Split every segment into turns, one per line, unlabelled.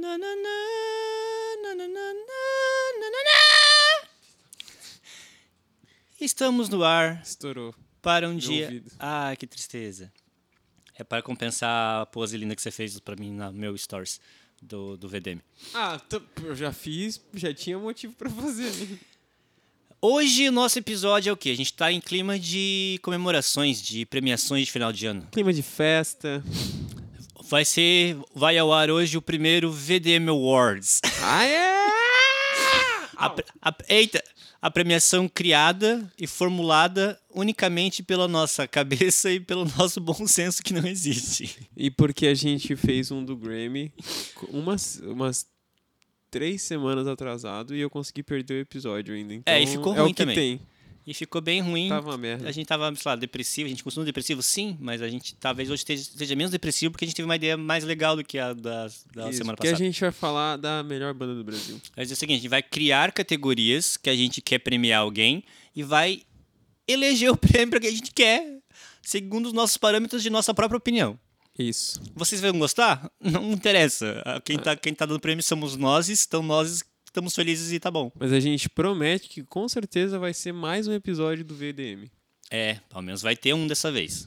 Nananã, nananã, nananã. Estamos no ar
Estourou.
para um dia.
ouvido.
Ah, que tristeza. É para compensar a pose linda que você fez pra mim no meu stories do, do VDM.
Ah, tá- eu já fiz, já tinha motivo pra fazer. né?
Hoje o nosso episódio é o quê? A gente tá em clima de comemorações, de premiações de final de ano.
Clima de festa.
Vai ser, vai ao ar hoje o primeiro VDM Awards.
Ah, é!
A, pre- a- eita, a premiação criada e formulada unicamente pela nossa cabeça e pelo nosso bom senso que não existe.
E porque a gente fez um do Grammy co- umas, umas três semanas atrasado e eu consegui perder o episódio ainda. Então,
É, e ficou
é
ruim
o que
também.
tem.
E ficou bem ruim.
Tava uma merda.
A gente tava, sei lá, depressivo, a gente continua depressivo, sim, mas a gente talvez hoje esteja, esteja menos depressivo porque a gente teve uma ideia mais legal do que a da, da
Isso,
semana
porque
passada.
a gente vai falar da melhor banda do Brasil.
Mas é o seguinte, a gente vai criar categorias que a gente quer premiar alguém e vai eleger o prêmio que a gente quer, segundo os nossos parâmetros de nossa própria opinião.
Isso.
Vocês vão gostar? Não interessa. Ah, Quem tá, quem tá dando prêmio somos nós, então nós estamos felizes e tá bom.
Mas a gente promete que com certeza vai ser mais um episódio do VDM.
É, pelo menos vai ter um dessa vez.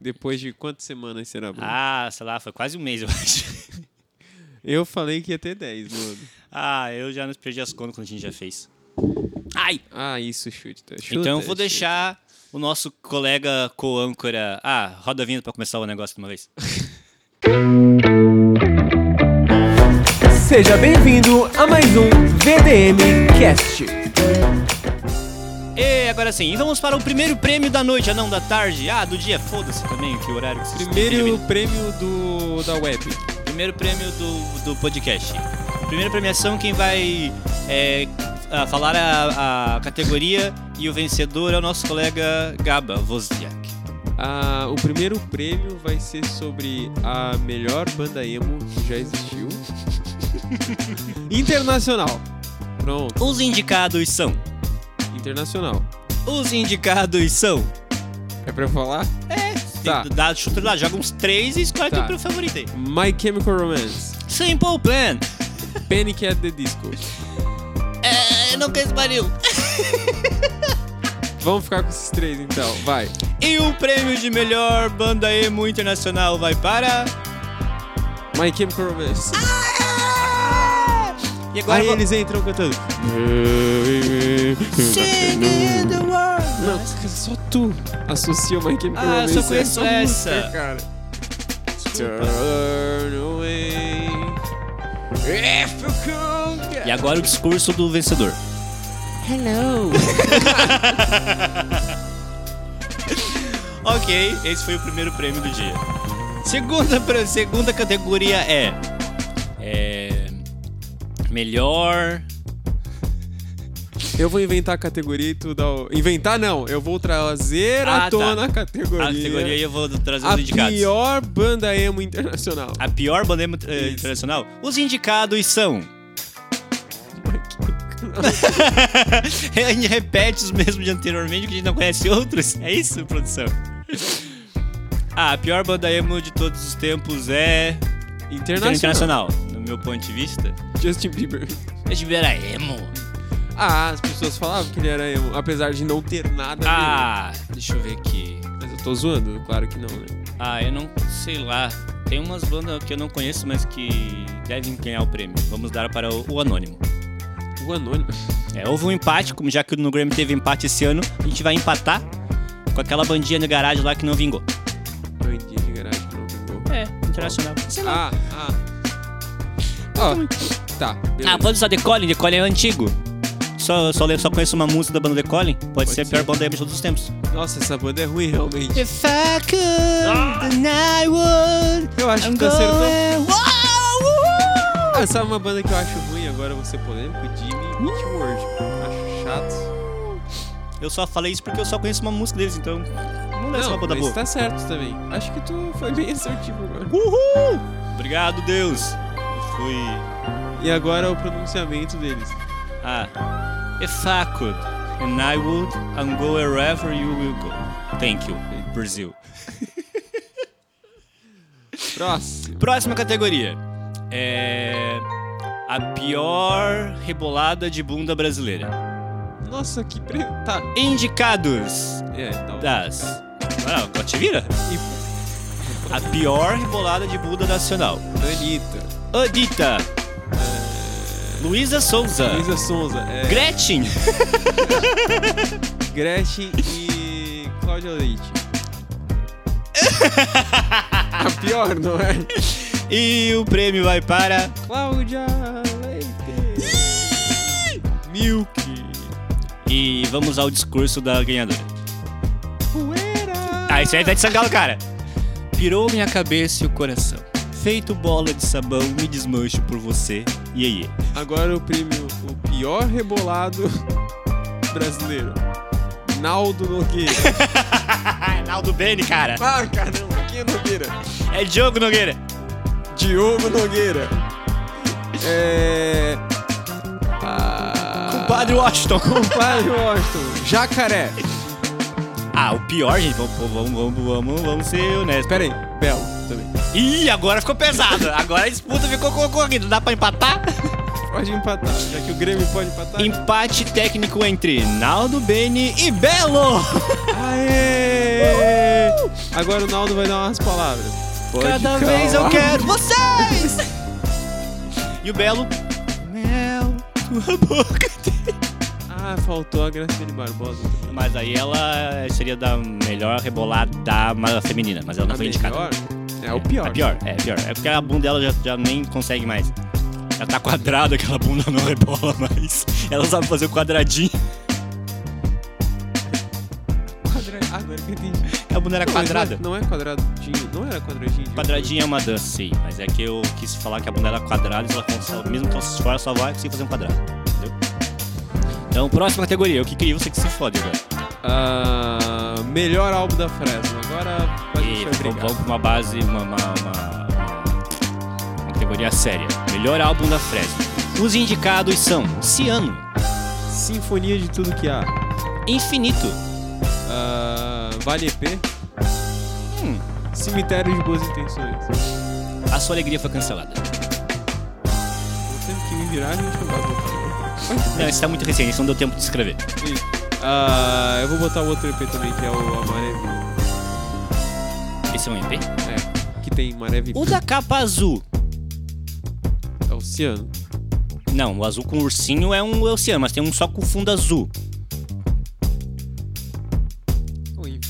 Depois de quantas semanas será bom?
Ah, sei lá, foi quase um mês, eu acho.
Eu falei que ia ter 10 no ano.
Ah, eu já nos perdi as contas quando a gente já fez. Ai!
Ah, isso, chute. tá? Chuta,
Então eu vou
chute.
deixar o nosso colega co-âncora. Ah, roda a vinheta pra começar o negócio de uma vez.
Seja bem-vindo a mais um VDM Cast.
E agora sim, e vamos para o primeiro prêmio da noite, ah não, da tarde. Ah, do dia, foda-se também, que horário que vocês
Primeiro prêmio do, da web.
Primeiro prêmio do, do podcast. Primeira premiação, quem vai é, a- falar a, a categoria e o vencedor é o nosso colega Gaba Wozniak.
Ah, o primeiro prêmio vai ser sobre a melhor banda emo que já existiu. Internacional. Pronto,
Os indicados são.
internacional.
Os indicados são.
É pra eu falar? Tá.
Tem- Dá, chuta lá, joga uns três e escolhe
Tá.
o teu favorito aí.
My Chemical Romance,
Simple Plan.
Panic at the Disco.
É, não quer pariu.
Vamos ficar com esses três então, vai.
E o prêmio de melhor banda emo internacional vai para.
My Chemical Romance.
E agora.
Aí
va-
eles entram cantando.
Sing in the world.
Não, só tu associa o My
Ah,
Chemical
eu
Romance.
só
a
conheço
música,
essa.
cara. Turn away. If you could.
E agora o discurso do vencedor.
Hello.
Ok, esse foi o primeiro prêmio do dia. Segunda, pre- segunda categoria é, é. Melhor.
Eu vou inventar a categoria e tu dá o... Inventar não, eu vou trazer
Ah,
à
tá.
tona a
A
categoria.
categoria e eu vou trazer
a
os indicados.
pior banda emo internacional.
A pior banda emo- eh,
Isso.
internacional? Os indicados são. a gente repete os mesmos de anteriormente, porque a gente não conhece outros. É isso, produção? Ah, a pior banda emo de todos os tempos é.
internacional.
Internacional, no meu ponto de vista.
Justin Bieber.
Mas tipo, era emo.
Ah, as pessoas falavam que ele era emo, apesar de não ter nada a
Ah, deixa eu ver aqui.
ver. Mas eu tô zoando? Claro que não, né?
Ah, eu não sei lá. Tem umas bandas que eu não conheço, mas que devem ganhar o prêmio. Vamos dar para o, o Anônimo.
O Anônimo.
É, houve um empate, como já que no Grammy teve empate esse ano, a gente vai empatar com aquela bandinha de garagem lá que não vingou.
Não entendi de garagem, não pegou.
É, internacional. Sei lá.
Ah, ah. Ó, tá. beleza.
Ah, pode usar The Colin, The Colin é antigo. Só, só, le- só conheço uma música da banda The Colin. Pode, ser a
ser.
pior banda aí de todos os tempos.
Nossa, essa banda é ruim, realmente.
If I could, then I would.
Eu acho que tu acertou. Ah, sabe uma banda que eu acho ruim agora, você polêmico? Jimmy Eat World. Acho chato.
Eu só falei isso porque eu só conheço uma música deles, então. Não deve ser uma banda
mas
boa.
tá certo também. Acho que tu foi bem assertivo agora.
Uhul! Obrigado, Deus! Eu fui.
E agora é o pronunciamento deles.
Ah. If I could, and I would, and go wherever you will go. Thank you, Brasil.
Próximo.
Próxima categoria. É. A pior rebolada de bunda brasileira.
Nossa, que pre... Tá.
Indicados
É, tá.
das. Ah, agora te vira? A pior rebolada de bunda nacional.
Anitta.
Anitta. eh, Luísa Souza.
Luísa Sonza. É,
Gretchen.
Gretchen e Cláudia Leite. A pior, não é?
E o prêmio vai para.
Cláudia Leite. Milk.
E vamos ao discurso da ganhadora.
Poeira.
Ah, isso aí tá de sangalo, cara. Pirou minha cabeça e o coração. Feito bola de sabão, me desmancho por você. E aí?
Agora o prêmio, o pior rebolado brasileiro. Naldo Nogueira.
Naldo Bene, cara.
Ah, caramba, quem é Nogueira?
É Diogo Nogueira.
Diogo Nogueira. É. Ah,
Padre Washington.
Padre Washington. Jacaré.
Ah, o pior, gente. Vamos, pô, vamos, vamos, vamos, vamos ser honestos.
Pera aí, Belo também.
Ih, agora ficou pesado. Agora a disputa ficou concorrida. Dá pra empatar?
Pode empatar, já que o Grêmio pode empatar. né?
Empate técnico entre Naldo Bene e Belo.
Aê! Agora o Naldo vai dar umas palavras. Pode
Cada
calar.
vez eu quero vocês! e o Belo. Mel, tua boca.
Ah, faltou a Graciane Barbosa.
Mas aí ela seria da melhor rebolada ma- feminina, mas ela não
A
foi indicada.
melhor? É, o pior.
É pior, é pior. É porque a bunda dela já, já nem consegue mais. Ela tá quadrada, aquela bunda não rebola mais. Ela sabe fazer o quadradinho.
Quadra- Ah, Agora que eu entendi.
A bunda era
Não, mas
quadrada.
Não é, não é quadradinho, não era quadradinho.
Quadradinho é uma dança, sim. Mas é que eu quis falar que a bunda era quadrada, e ela consegue, mesmo que ela se esforce, ela só vai conseguir fazer um quadraado. Entendeu? Então, próxima categoria. Eu que queria você que se fode agora.
Ah, melhor álbum da Fresno. Agora vai
E
deixar
vamos
brigar.
vamos pra uma base, uma, uma, uma- uma categoria séria. Melhor álbum da Fresno. Os indicados são Ciano,
Sinfonia de tudo que há.
Infinito,
Ah, vale EP.
Hum.
Cemitério de Boas Intenções.
A Sua Alegria Foi Cancelada.
Não temos que me virar, a gente não vai botar.
Não, isso tá muito recente, isso não deu tempo de escrever.
Ih, ah, eu vou botar o outro EP também, que é o Amarelo.
Esse é um EP.
É, que tem Maré
O da capa azul.
É o Ciano.
Não, o azul com ursinho é um oceano, mas tem um só com fundo azul.
Oi.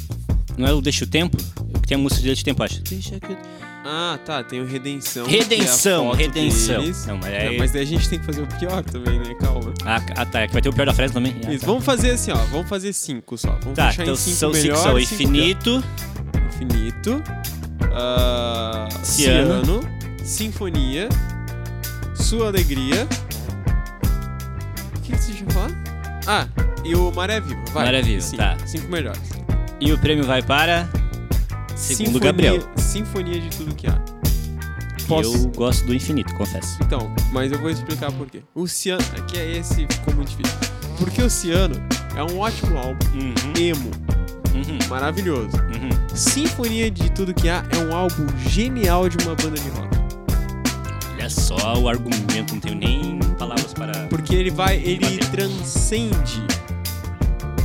Não é o Deixa o Tempo? Que tem a música de Deixa o Tempo, acho. Deixa que...
Ah, tá, tem o Redenção.
Redenção,
que é a foto
Redenção.
deles.
Não, mas é-
Não, mas daí a gente tem que fazer o pior também, né? Calma.
Ah, ah, tá, é que vai ter o pior da Fresno também. Ah,
Isso,
tá.
vamos fazer assim, ó. Vamos fazer cinco só. Vamos
Tá,
fechar
então
em cinco
são cinco,
melhores,
são
cinco piores.
Infinito,
Infinito. ah,
Ciano.
Ciano. Sinfonia. Sua Alegria. O que que você já falou? Ah, e o Maré Viva. Vai.
Maré Viva,
cinco,
tá.
Cinco melhores.
e o prêmio vai para... Segundo
Sinfonia-
Gabriel.
Sinfonia de tudo que há.
E
Posso-
Eu gosto do infinito, confesso.
Então, mas eu vou explicar por quê. O Ciano, aqui é esse, ficou muito difícil. Porque o Ciano é um ótimo álbum, emo,
uhum,
maravilhoso.
uhum.
Sinfonia de Tudo Que Há é um álbum genial de uma banda de rock.
Olha só o argumento, não tenho nem palavras para.
Porque ele vai, ele
Bater.
transcende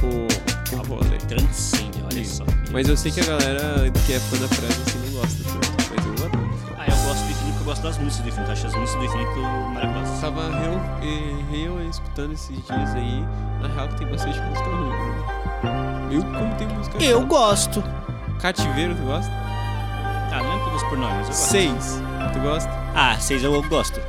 o, o rolê.
Transcende, olha só.
Mas eu sei que a galera que é fã da frase assim não gosta tanto, mas eu adoro.
Ah, eu gosto do infinito porque eu gosto das músicas do infinito. Acho as músicas do infinito
Eu
maravilhosas.
Tava real, eh, real escutando esses dias aí, na real que tem bastante música ruim, né? Eu como tem música boa.
gosto.
Cativeiro, tu gosta?
Ah, não é todos por nome, mas eu gosto.
Seis. Tu gosta?
Ah, seis eu gosto.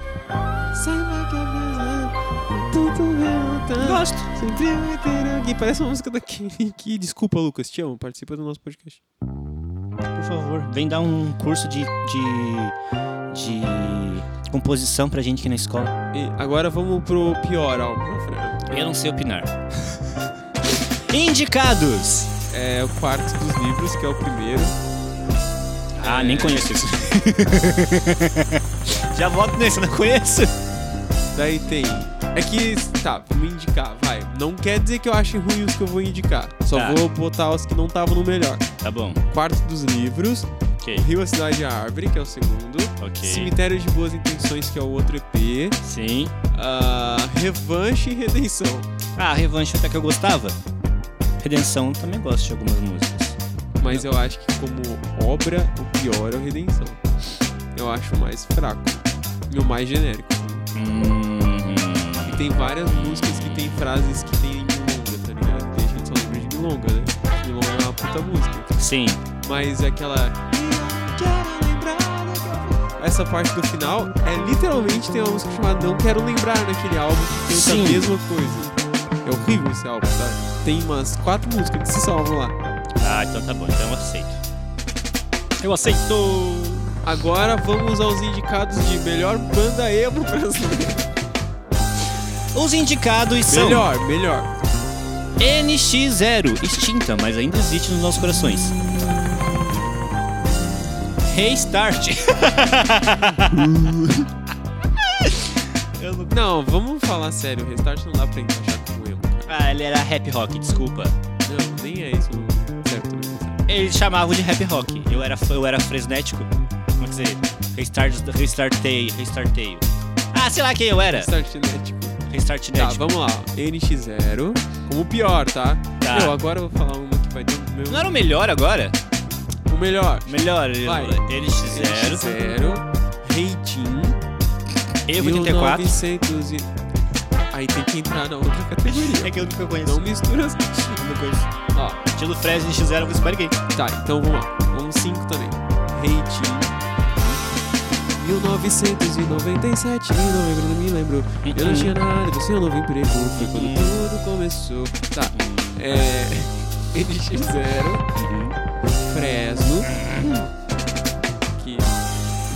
Saiba que a tudo volta.
Gosto.
Sempre vai ter alguém. Parece uma música daquele que. Desculpa, Lucas, te amo. Participa do nosso podcast.
Por favor, vem dar um curso de. de. de composição pra gente aqui na escola.
E agora vamos pro pior álbum, da Fran.
Eu não sei opinar. Indicados!
É o Quarto dos Livros, que é o primeiro.
Ah, nem conheço isso. Já voto nesse, não conheço.
Daí tem. É que. Tá, vamos indicar, vai. Não quer dizer que eu ache ruim os que eu vou indicar. Só
Tá.
vou botar os que não estavam no melhor.
Tá bom.
Quarto dos Livros,
Ok,
O Rio, a Cidade e a Árvore, que é o segundo.
ok.
Cemitério de Boas Intenções, que é o outro EP.
Sim.
Ah, Revanche e Redenção.
Ah, Revanche até que eu gostava. Redenção também gosto de algumas músicas.
Mas eu acho que como obra, o pior é o Redenção. Eu acho o mais fraco. E o mais genérico.
Hum,
E tem várias músicas que tem frases que tem em milonga, tá ligado? Que a gente só lembra de milonga, né? Milonga é uma puta música.
sim.
Mas é aquela... "Não quero lembrar daquela-" Essa parte do final é literalmente tem uma música chamada Não Quero Lembrar naquele álbum que canta
Sim.
a mesma coisa. É horrível esse álbum, tá? Tem umas quatro músicas que se salvam lá.
Ah, então tá bom, então eu aceito. Eu aceito!
Agora vamos aos indicados de melhor banda emo brasileira.
Os indicados são
Melhor, melhor.
NX0, extinta, mas ainda existe nos nossos corações. Restart. Eu não-
Não, vamos falar sério, o Restart não dá pra encaixar como emo. cara.
Ah, ele era rap rock, desculpa.
Não, nem é isso o certo né? do Restart.
Eles chamavam de rap rock. Eu era, eu era fresnético. Como é que dizer? Restart, restartei, restartei. Ah, sei lá quem eu era.
Restart Enético. Tá,
Restartnético.
vamos lá. NX0, como o pior, tá?
Tá.
Meu, agora eu vou falar uma que vai ter o meu...
Não era o melhor agora?
O melhor.
Melhor,
Vai.
NX0,
NX0, Reitinho,
Evo 84.
1900 e... Aí tem que entrar na outra categoria.
É que eu nunca conheço.
Não mistura as...
Não conheço.
Ó,
Estilo Fresno X0 vs Barry Gay.
Tá, então vamos lá. Vamos 5 também. Hate. 1997, em novembro, não me lembro. Eu não tinha nada, você é um novo emprego. Foi quando tudo começou. Tá, é. NX0, Fresno. Que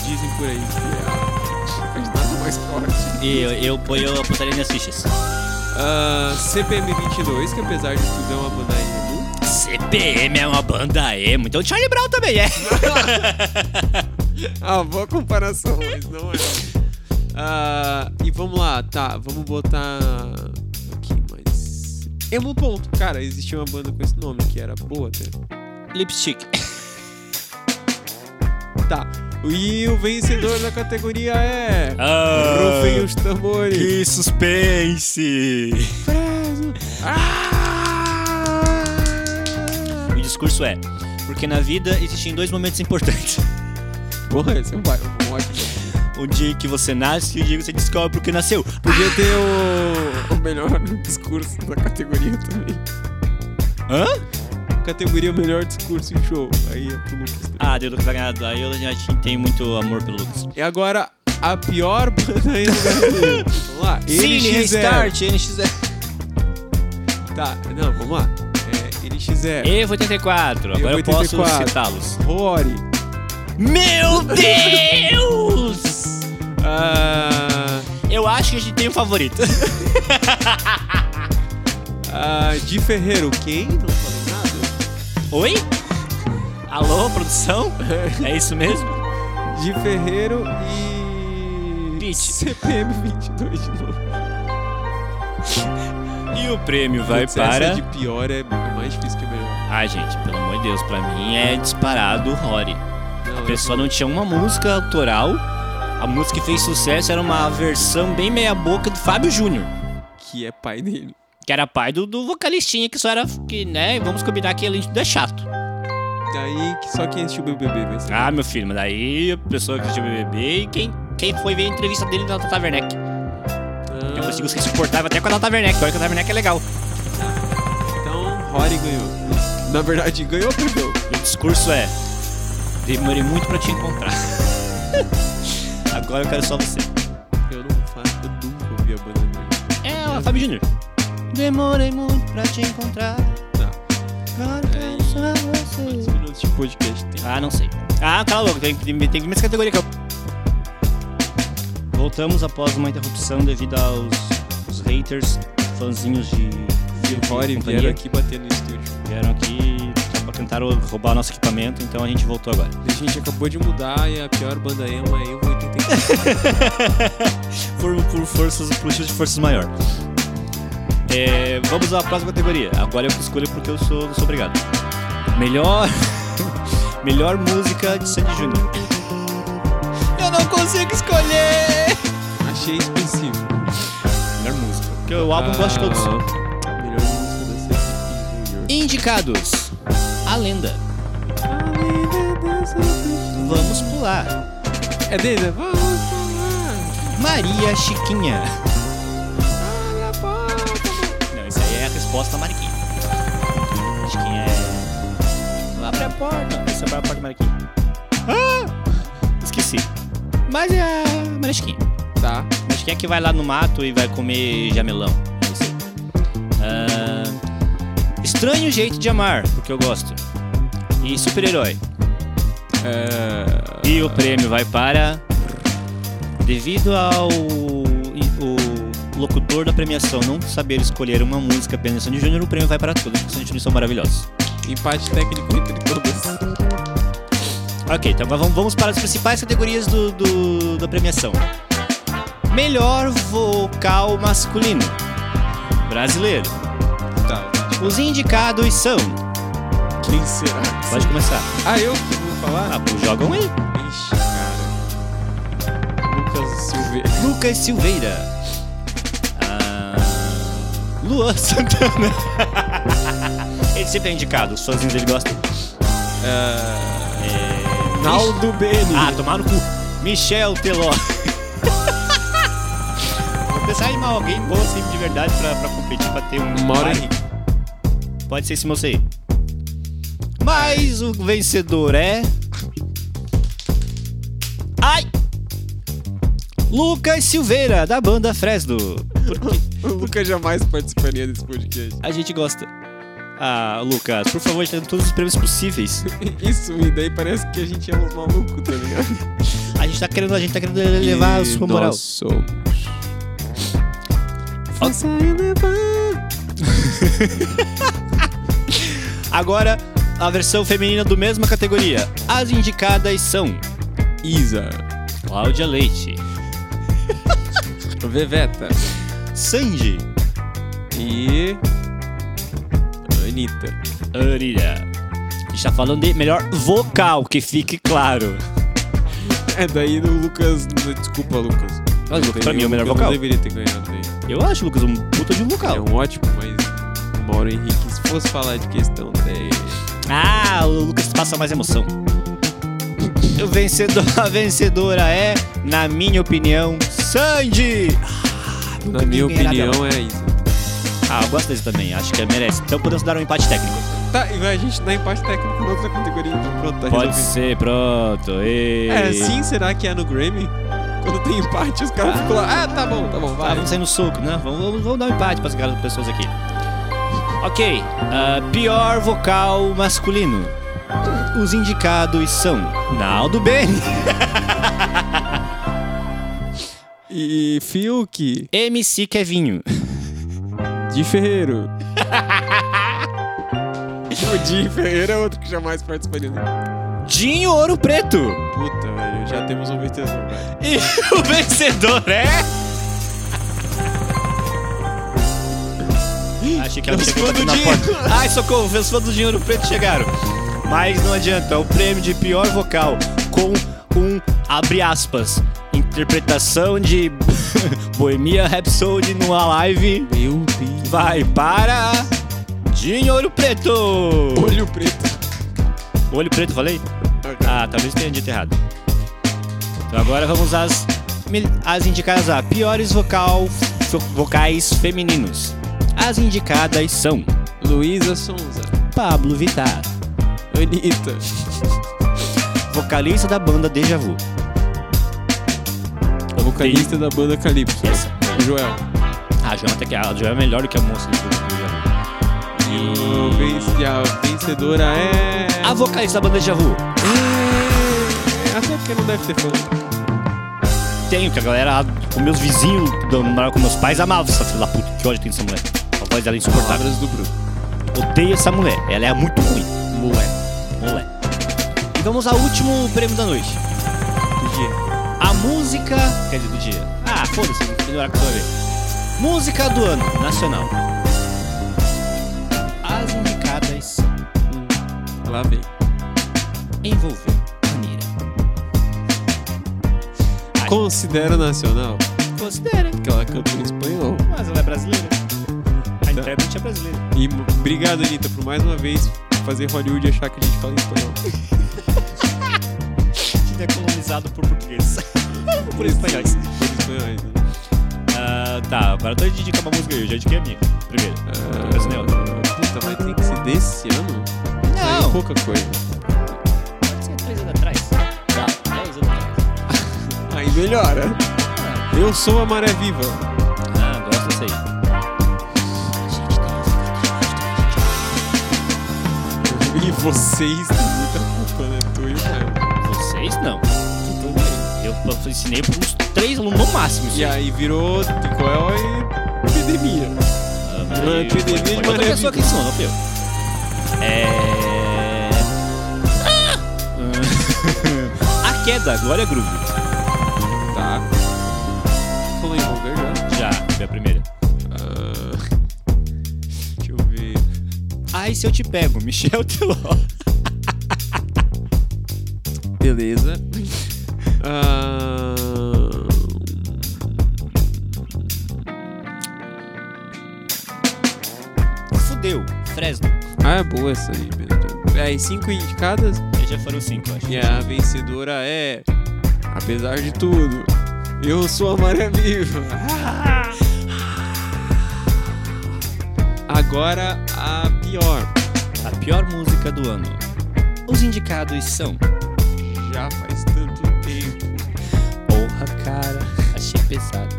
dizem por aí que é a candidata mais forte.
E eu, eu, pô- eu apontaria minhas fichas.
Ah, CPM22, que apesar de tudo é uma banda emo.
CPM é uma banda emo, então Charlie Brown também é.
Ah, boa comparação, mas não é. Ah, e vamos lá, tá, vamos botar. O que mais? Emo Ponto. Cara, existia uma banda com esse nome que era boa né? até.
Lipstick.
Tá, e o vencedor da categoria é.
Ah,
Rufem os tambores.
suspense!
Preso. Ah!
O discurso é: porque na vida existem dois momentos importantes.
Porra, esse é um bairro, um ótimo.
O dia em que você nasce e o dia que você descobre o que nasceu.
Podia ter o, o melhor discurso da categoria também.
Hã?
Categoria melhor discurso em show. Aí é pro Lucas.
Ah, Deus, vai ganhar. Aí eu já tenho muito amor pelo Lucas.
E agora, a pior banda emo brasileira. Vamos lá. NX0.
NX0.
Tá, não, vamos lá. É, NX0.
Evo 84, agora eu posso
84.
citá-los.
Rory.
Meu Deus!
Ah,
Eu acho que a gente tem um favorito.
ah, Di Ferreiro. Quem? Não falei nada.
Oi? Alô, produção? É isso mesmo?
Di Ferreiro e...
Pete.
CPM 22 de novo.
E o prêmio vai
Putz, essa
para.
de pior é mais difícil que a melhor.
Ai, gente, pelo amor de Deus, pra mim é disparado o Rory.
Não,
A
é
pessoa não tinha uma música autoral. A música que fez sucesso era uma versão bem meia-boca do Fábio Júnior,
que é pai dele.
que era pai do, do vocalistinha, que só era. que, né, vamos combinar que ele é chato.
Daí que só quem assistiu o BBB vai ser.
Ah, meu filho, mas daí a pessoa que assistiu o BBB e quem, quem foi ver a entrevista dele na Tata Werneck.
Ah,
Eu consigo ser suportável até com a Tata Werneck, olha que a Tata Werneck é legal.
Então, Rory ganhou. Na verdade, ganhou ou perdeu?
O discurso é: demorei muito pra te encontrar. Agora eu quero só você.
Eu não faço, eu nunca ouvi a banda dele.
É, o Fábio Júnior. Demorei muito pra te encontrar.
Tá.
Agora eu quero só
Quantos
você.
minutos de podcast tem?
É Ah, não sei. Ah, tá louco, tem, tem, tem mais categoria que eu. Voltamos após uma interrupção devido aos, aos haters, fãzinhos de.
E o Rory
companhia.
vieram aqui bater no estúdio.
Vieram aqui pra tentar roubar nosso equipamento, então a gente voltou agora.
A gente acabou de mudar e a pior banda emo é eu 84.
por, por forças, por tipo de forças maior. É, vamos à próxima categoria. Agora eu que escolho porque eu sou, sou obrigado. Melhor. Melhor música de Sandy Júnior. Eu não consigo escolher!
Achei específico.
Melhor música. Porque o álbum eu gosto de todos.
Melhor música da Sandy Júnior.
Indicados. A lenda. Vamos pular.
É dele, né? Vamos falar.
Maria Chiquinha.
Olha a porta.
Não, isso aí é a resposta Mariquinha. Chiquinha é. Abre a porta. Isso é a porta Mariquinha. Ah! Esqueci. Mas é a Maria Chiquinha.
Tá.
Mas quem é que vai lá no mato e vai comer jamelão? É isso aí. Ah, estranho jeito de amar, porque eu gosto. E super-herói.
É...
E o prêmio vai para. Devido ao. o locutor da premiação não saber escolher uma música apenas Sandy Júnior, o prêmio vai para todos, porque Sandy Júnior são maravilhosos.
Empate técnico entre todas.
Ok, então agora vamos- vamos para as principais categorias do, do- da premiação: Melhor vocal masculino brasileiro.
Tá.
Os indicados são.
Quem será?
Pode começar.
Ah, eu que vou falar?
Ah, pô, jogam aí.
Ixi, cara. Lucas Silveira.
Lucas Silveira. Ah, Luan Santana. ele sempre é indicado, os sozinhos ele gosta.
Ah,
É...
Naldo Beni.
Ah, tomar no cu. Michel Teló. Vou pensar em mal, alguém bom sempre de verdade pra, pra competir, pra ter um.
Mauro
bairro. Pode ser esse moço aí. Mas o vencedor é. Ai! Lucas Silveira, da banda Fresno.
O Lucas jamais participaria desse podcast.
A gente gosta. Ah, Lucas, por favor, dando todos os prêmios possíveis.
Isso, e daí parece que a gente é uns malucos, tá ligado?
A gente tá querendo, a gente tá querendo elevar a sua moral.
Nós somos. Força elevar.
Agora, a versão feminina do mesma categoria. As indicadas são
Isa.
Cláudia Leite,
Veveta.
Sandy,
E. Anitta.
Arilha. A gente tá falando de melhor vocal, que fique claro.
É, daí o Lucas. Desculpa, Lucas.
Mas Lucas, pra
Daí
mim, é o melhor
Lucas
vocal.
Não deveria ter ganhado daí.
Eu acho, Lucas, um puta de um
É
vocal.
um ótimo, mas. Mauro Henrique, se fosse falar de questão daí.
Ah, o Lucas passa mais emoção. O vencedor, a vencedora é, na minha opinião, Sandy! Ah, nunca
Na minha
ninguém era dela.
opinião, é isso.
Ah, eu gosto desse também, acho que merece. Então podemos dar um empate técnico.
Tá, e a gente dá empate técnico na outra categoria, então pronto, tá
Pode
resolvido.
ser, pronto. E...
É, sim, será que é no Grammy? Quando tem empate, os caras ficam lá. Ah, tá bom, tá bom,
Ah,
vai.
vamos sair no soco, né? Vamos, vamos, vamos dar um empate para as caras das pessoas aqui. Ok, ah, pior vocal masculino. Os indicados são Naldo Bene,
E Fiuk,
MC Kevinho,
de Ferreiro. o Di Ferreiro é outro que jamais participaria. né?
Dinho Ouro Preto.
Puta, velho, já temos um vencedor, velho.
E o vencedor é. Achei que ela
Os
chegou
fãs do
aqui na
Dinho.
porta. Ai, socorro, os fãs do Dinho Ouro Preto chegaram. Mas não adianta, é o prêmio de pior vocal com um, abre aspas, interpretação de Bohemia Rhapsody numa live
Meu Deus.
vai para Dinho Ouro Preto.
Olho preto.
Olho Preto, falei? Ah, talvez tenha dito errado. Então agora vamos às, mil- às indicadas a piores vocal, fo- vocais femininos. As indicadas são
Luísa Sonza.
Pablo Vittar,
Anitta.
vocalista da banda Deja Vu.
Vocalista da banda Calypso.
Essa.
Joel.
Ah, a Joana, até que, a Joana é melhor do que a moça do do Deja Vu.
O venc- a vencedora é.
A vocalista da banda Deja Vu.
É, Até porque não deve ter fã.
Tenho, que a galera, com meus vizinhos, da- moravam com meus pais, amava essa filha da puta. Que ódio tem dessa mulher. A voz dela é insuportável.
do Bruno.
Odeio essa mulher. Ela é muito ruim.
Moé.
Olé. E vamos ao último prêmio da noite.
Do dia.
A música. Quer dizer, do dia. Ah, foda-se, vou ignorar que eu vou ver. Música do ano, nacional. As indicadas são
Lá vem.
envolver Anira.
Considera nacional
Considera,
que ela canta em espanhol.
mas ela é brasileira. A intérprete é brasileira.
E m- obrigado, Anitta, por mais uma vez fazer Hollywood achar que a gente fala em espanhol.
Que é colonizado por português. por espanhóis.
Por espanhóis, né?
Ah, tá, agora tu indica uma música aí, eu já indiquei a é minha. Primeiro. é
Ah,
Depois nela.
Puta, mas tem que ser desse ano? Saiu pouca coisa.
pode ser três anos atrás. Tá, dez anos atrás.
Aí melhora. Ah, Eu sou a maré viva.
Ah, gosto dessa aí.
E vocês têm muita culpa, né? Tu e o Caio.
Vocês não. Eu eu ensinei para uns três alunos no máximo. isso
E aí virou qual é epidemia.
Ah, mas
Uma
aí
epidemia
foi- foi
de
outra
maré
pessoa que
viva.
ensinou, não fui eu. É. Ah! a queda, Glória Groove.
Tá. Falou em Holger já.
Já, foi a primeira.
Ah, deixa eu ver.
Ai, se eu te pego, Michel Teló.
Beleza. Ah,
Fudeu, Fresno.
ah, é boa essa aí, Bento. É, e cinco indicadas.
Aí Já foram cinco, acho.
E a vencedora é. Apesar de tudo, eu sou a Maré Viva. Agora a pior.
A pior música do ano. Os indicados são.
Já faz tanto tempo.
Porra, cara. Achei pesado.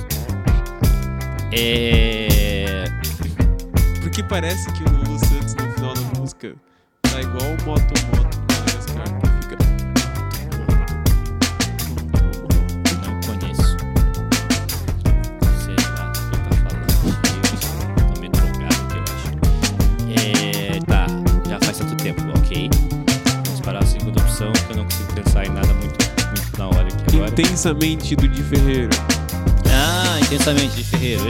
É.
Porque parece que o Lulu Santos no final da música tá igual o Moto Moto do Madagascar. que fica-
Não conheço. Sei lá o que tá falando. Eu tô meio drogado aqui, eu acho. É. Tá, já faz tanto tempo, ok. Vamos parar a segunda opção, que eu não consigo pensar em nada muito, muito na hora aqui agora.
Intensamente do Di Ferreira.
Ah, intensamente de Ferreiro.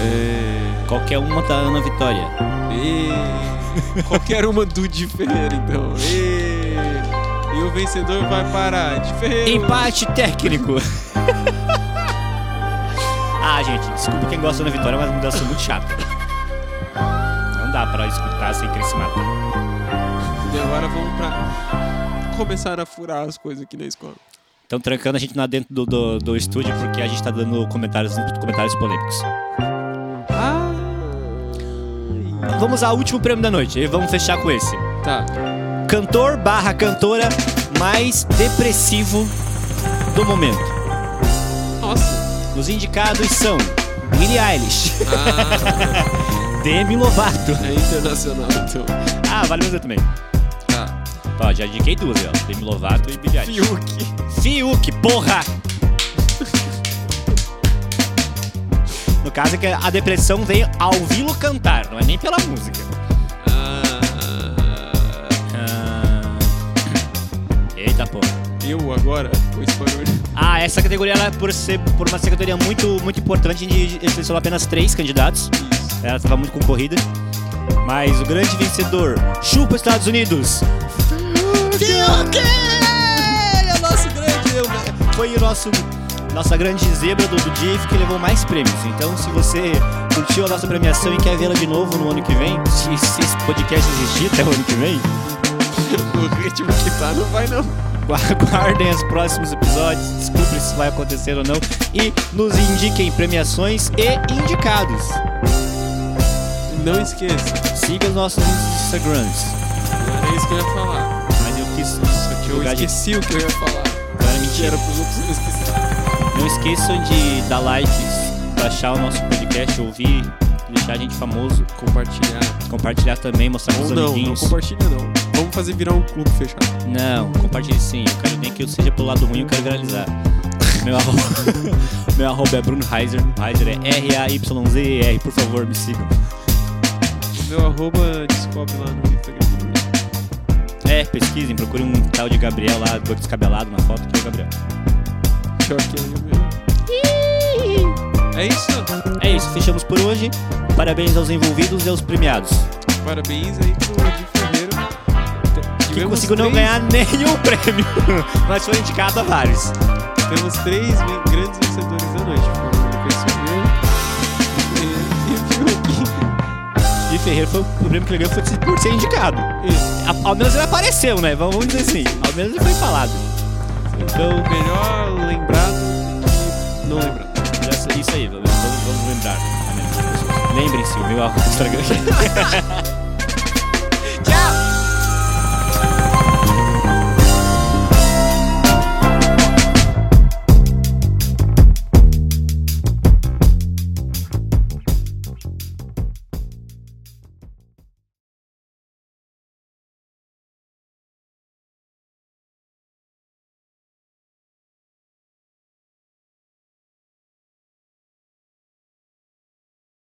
É.
Qualquer uma da Ana Vitória.
E... Qualquer uma do Di Ferreira, então. E... e o vencedor vai parar. Di Ferreira.
Empate técnico. ah, gente, desculpa quem gosta da vitória, mas mudança é muito chata. Não dá pra escutar sem querer se matar.
E agora vamos pra. Começar a furar as coisas aqui na escola.
Estão trancando a gente lá dentro do, do, do estúdio porque a gente tá dando comentários, comentários polêmicos.
Ah!
Vamos ao último prêmio da noite e vamos fechar com esse.
Tá.
Cantor barra cantora mais depressivo do momento.
Nossa.
Os indicados são Billie Eilish,
Ah,
Demi Lovato.
é internacional, então.
Ah, vale você também.
Tá.
Ó, já indiquei duas, ó. Demi Lovato e Billie Eilish.
Fiuk.
Fiuk, porra! No caso é que a depressão veio ao ouvi-lo cantar, não é nem pela música.
Ah,
Ah, Eita porra.
eu agora, o espanhol. é
Ah, essa categoria, ela, por ser por uma categoria muito, muito importante, a gente selecionou apenas três candidatos.
Isso.
Ela estava É, muito concorrida. Mas o grande vencedor, chupa Estados Unidos! Fiuk! É o nosso grande. Foi o nosso. Nossa grande zebra do, do dia que levou mais prêmios. Então, se você curtiu a nossa premiação e quer vê-la de novo no ano que vem, se, se esse podcast existir até o ano que vem,
O ritmo que tá não vai não.
Aguardem os próximos episódios, descubra se vai acontecer ou não e nos indiquem premiações e indicados.
Não esqueça.
Siga os nossos Instagrams.
Era É isso que eu ia falar.
Mas eu quis
Só que eu
lugar de-
esqueci o que eu ia falar.
Cara,
Que
mentira.
era pros outros não esquecer.
Não esqueçam de dar likes, baixar o nosso podcast, ouvir, deixar a gente famoso,
Compartilhar.
compartilhar também, mostrar pros
Ou não, não
amiguinhos.
compartilha não. Vamos fazer virar um clube fechado.
Não, compartilhe sim. Eu quero nem que eu seja pelo lado ruim, eu quero viralizar. Meu arroba, meu arroba é Bruno Heiser. Heiser é R-A-Y-Z-E-R. Por favor, me sigam.
Meu arroba descobre lá no Instagram.
É, pesquisem, procurem um tal de Gabriel lá, do descabelado na foto, que é o Gabriel.
Pior que eu mesmo. É isso.
É isso, fechamos por hoje. Parabéns aos envolvidos e aos premiados.
Parabéns aí pro Di Ferreira. Di
que
Tivemos
conseguiu não
três.
ganhar nenhum prêmio, mas foi indicado a vários.
Temos três ve- grandes vencedores da noite. Foram o Lucas Silveira e- e o Fiuk.
E Ferreira foi o prêmio que ele ganhou foi por ser indicado.
E-
A- Ao menos ele apareceu, né? Vamos vamos dizer assim. Ao menos ele foi falado. Então,
O melhor lembrado e não lembrado.
já sei- isso aí, vamos, vamos vamos lembrar. Lembrem-se, o meu arroba Instagram.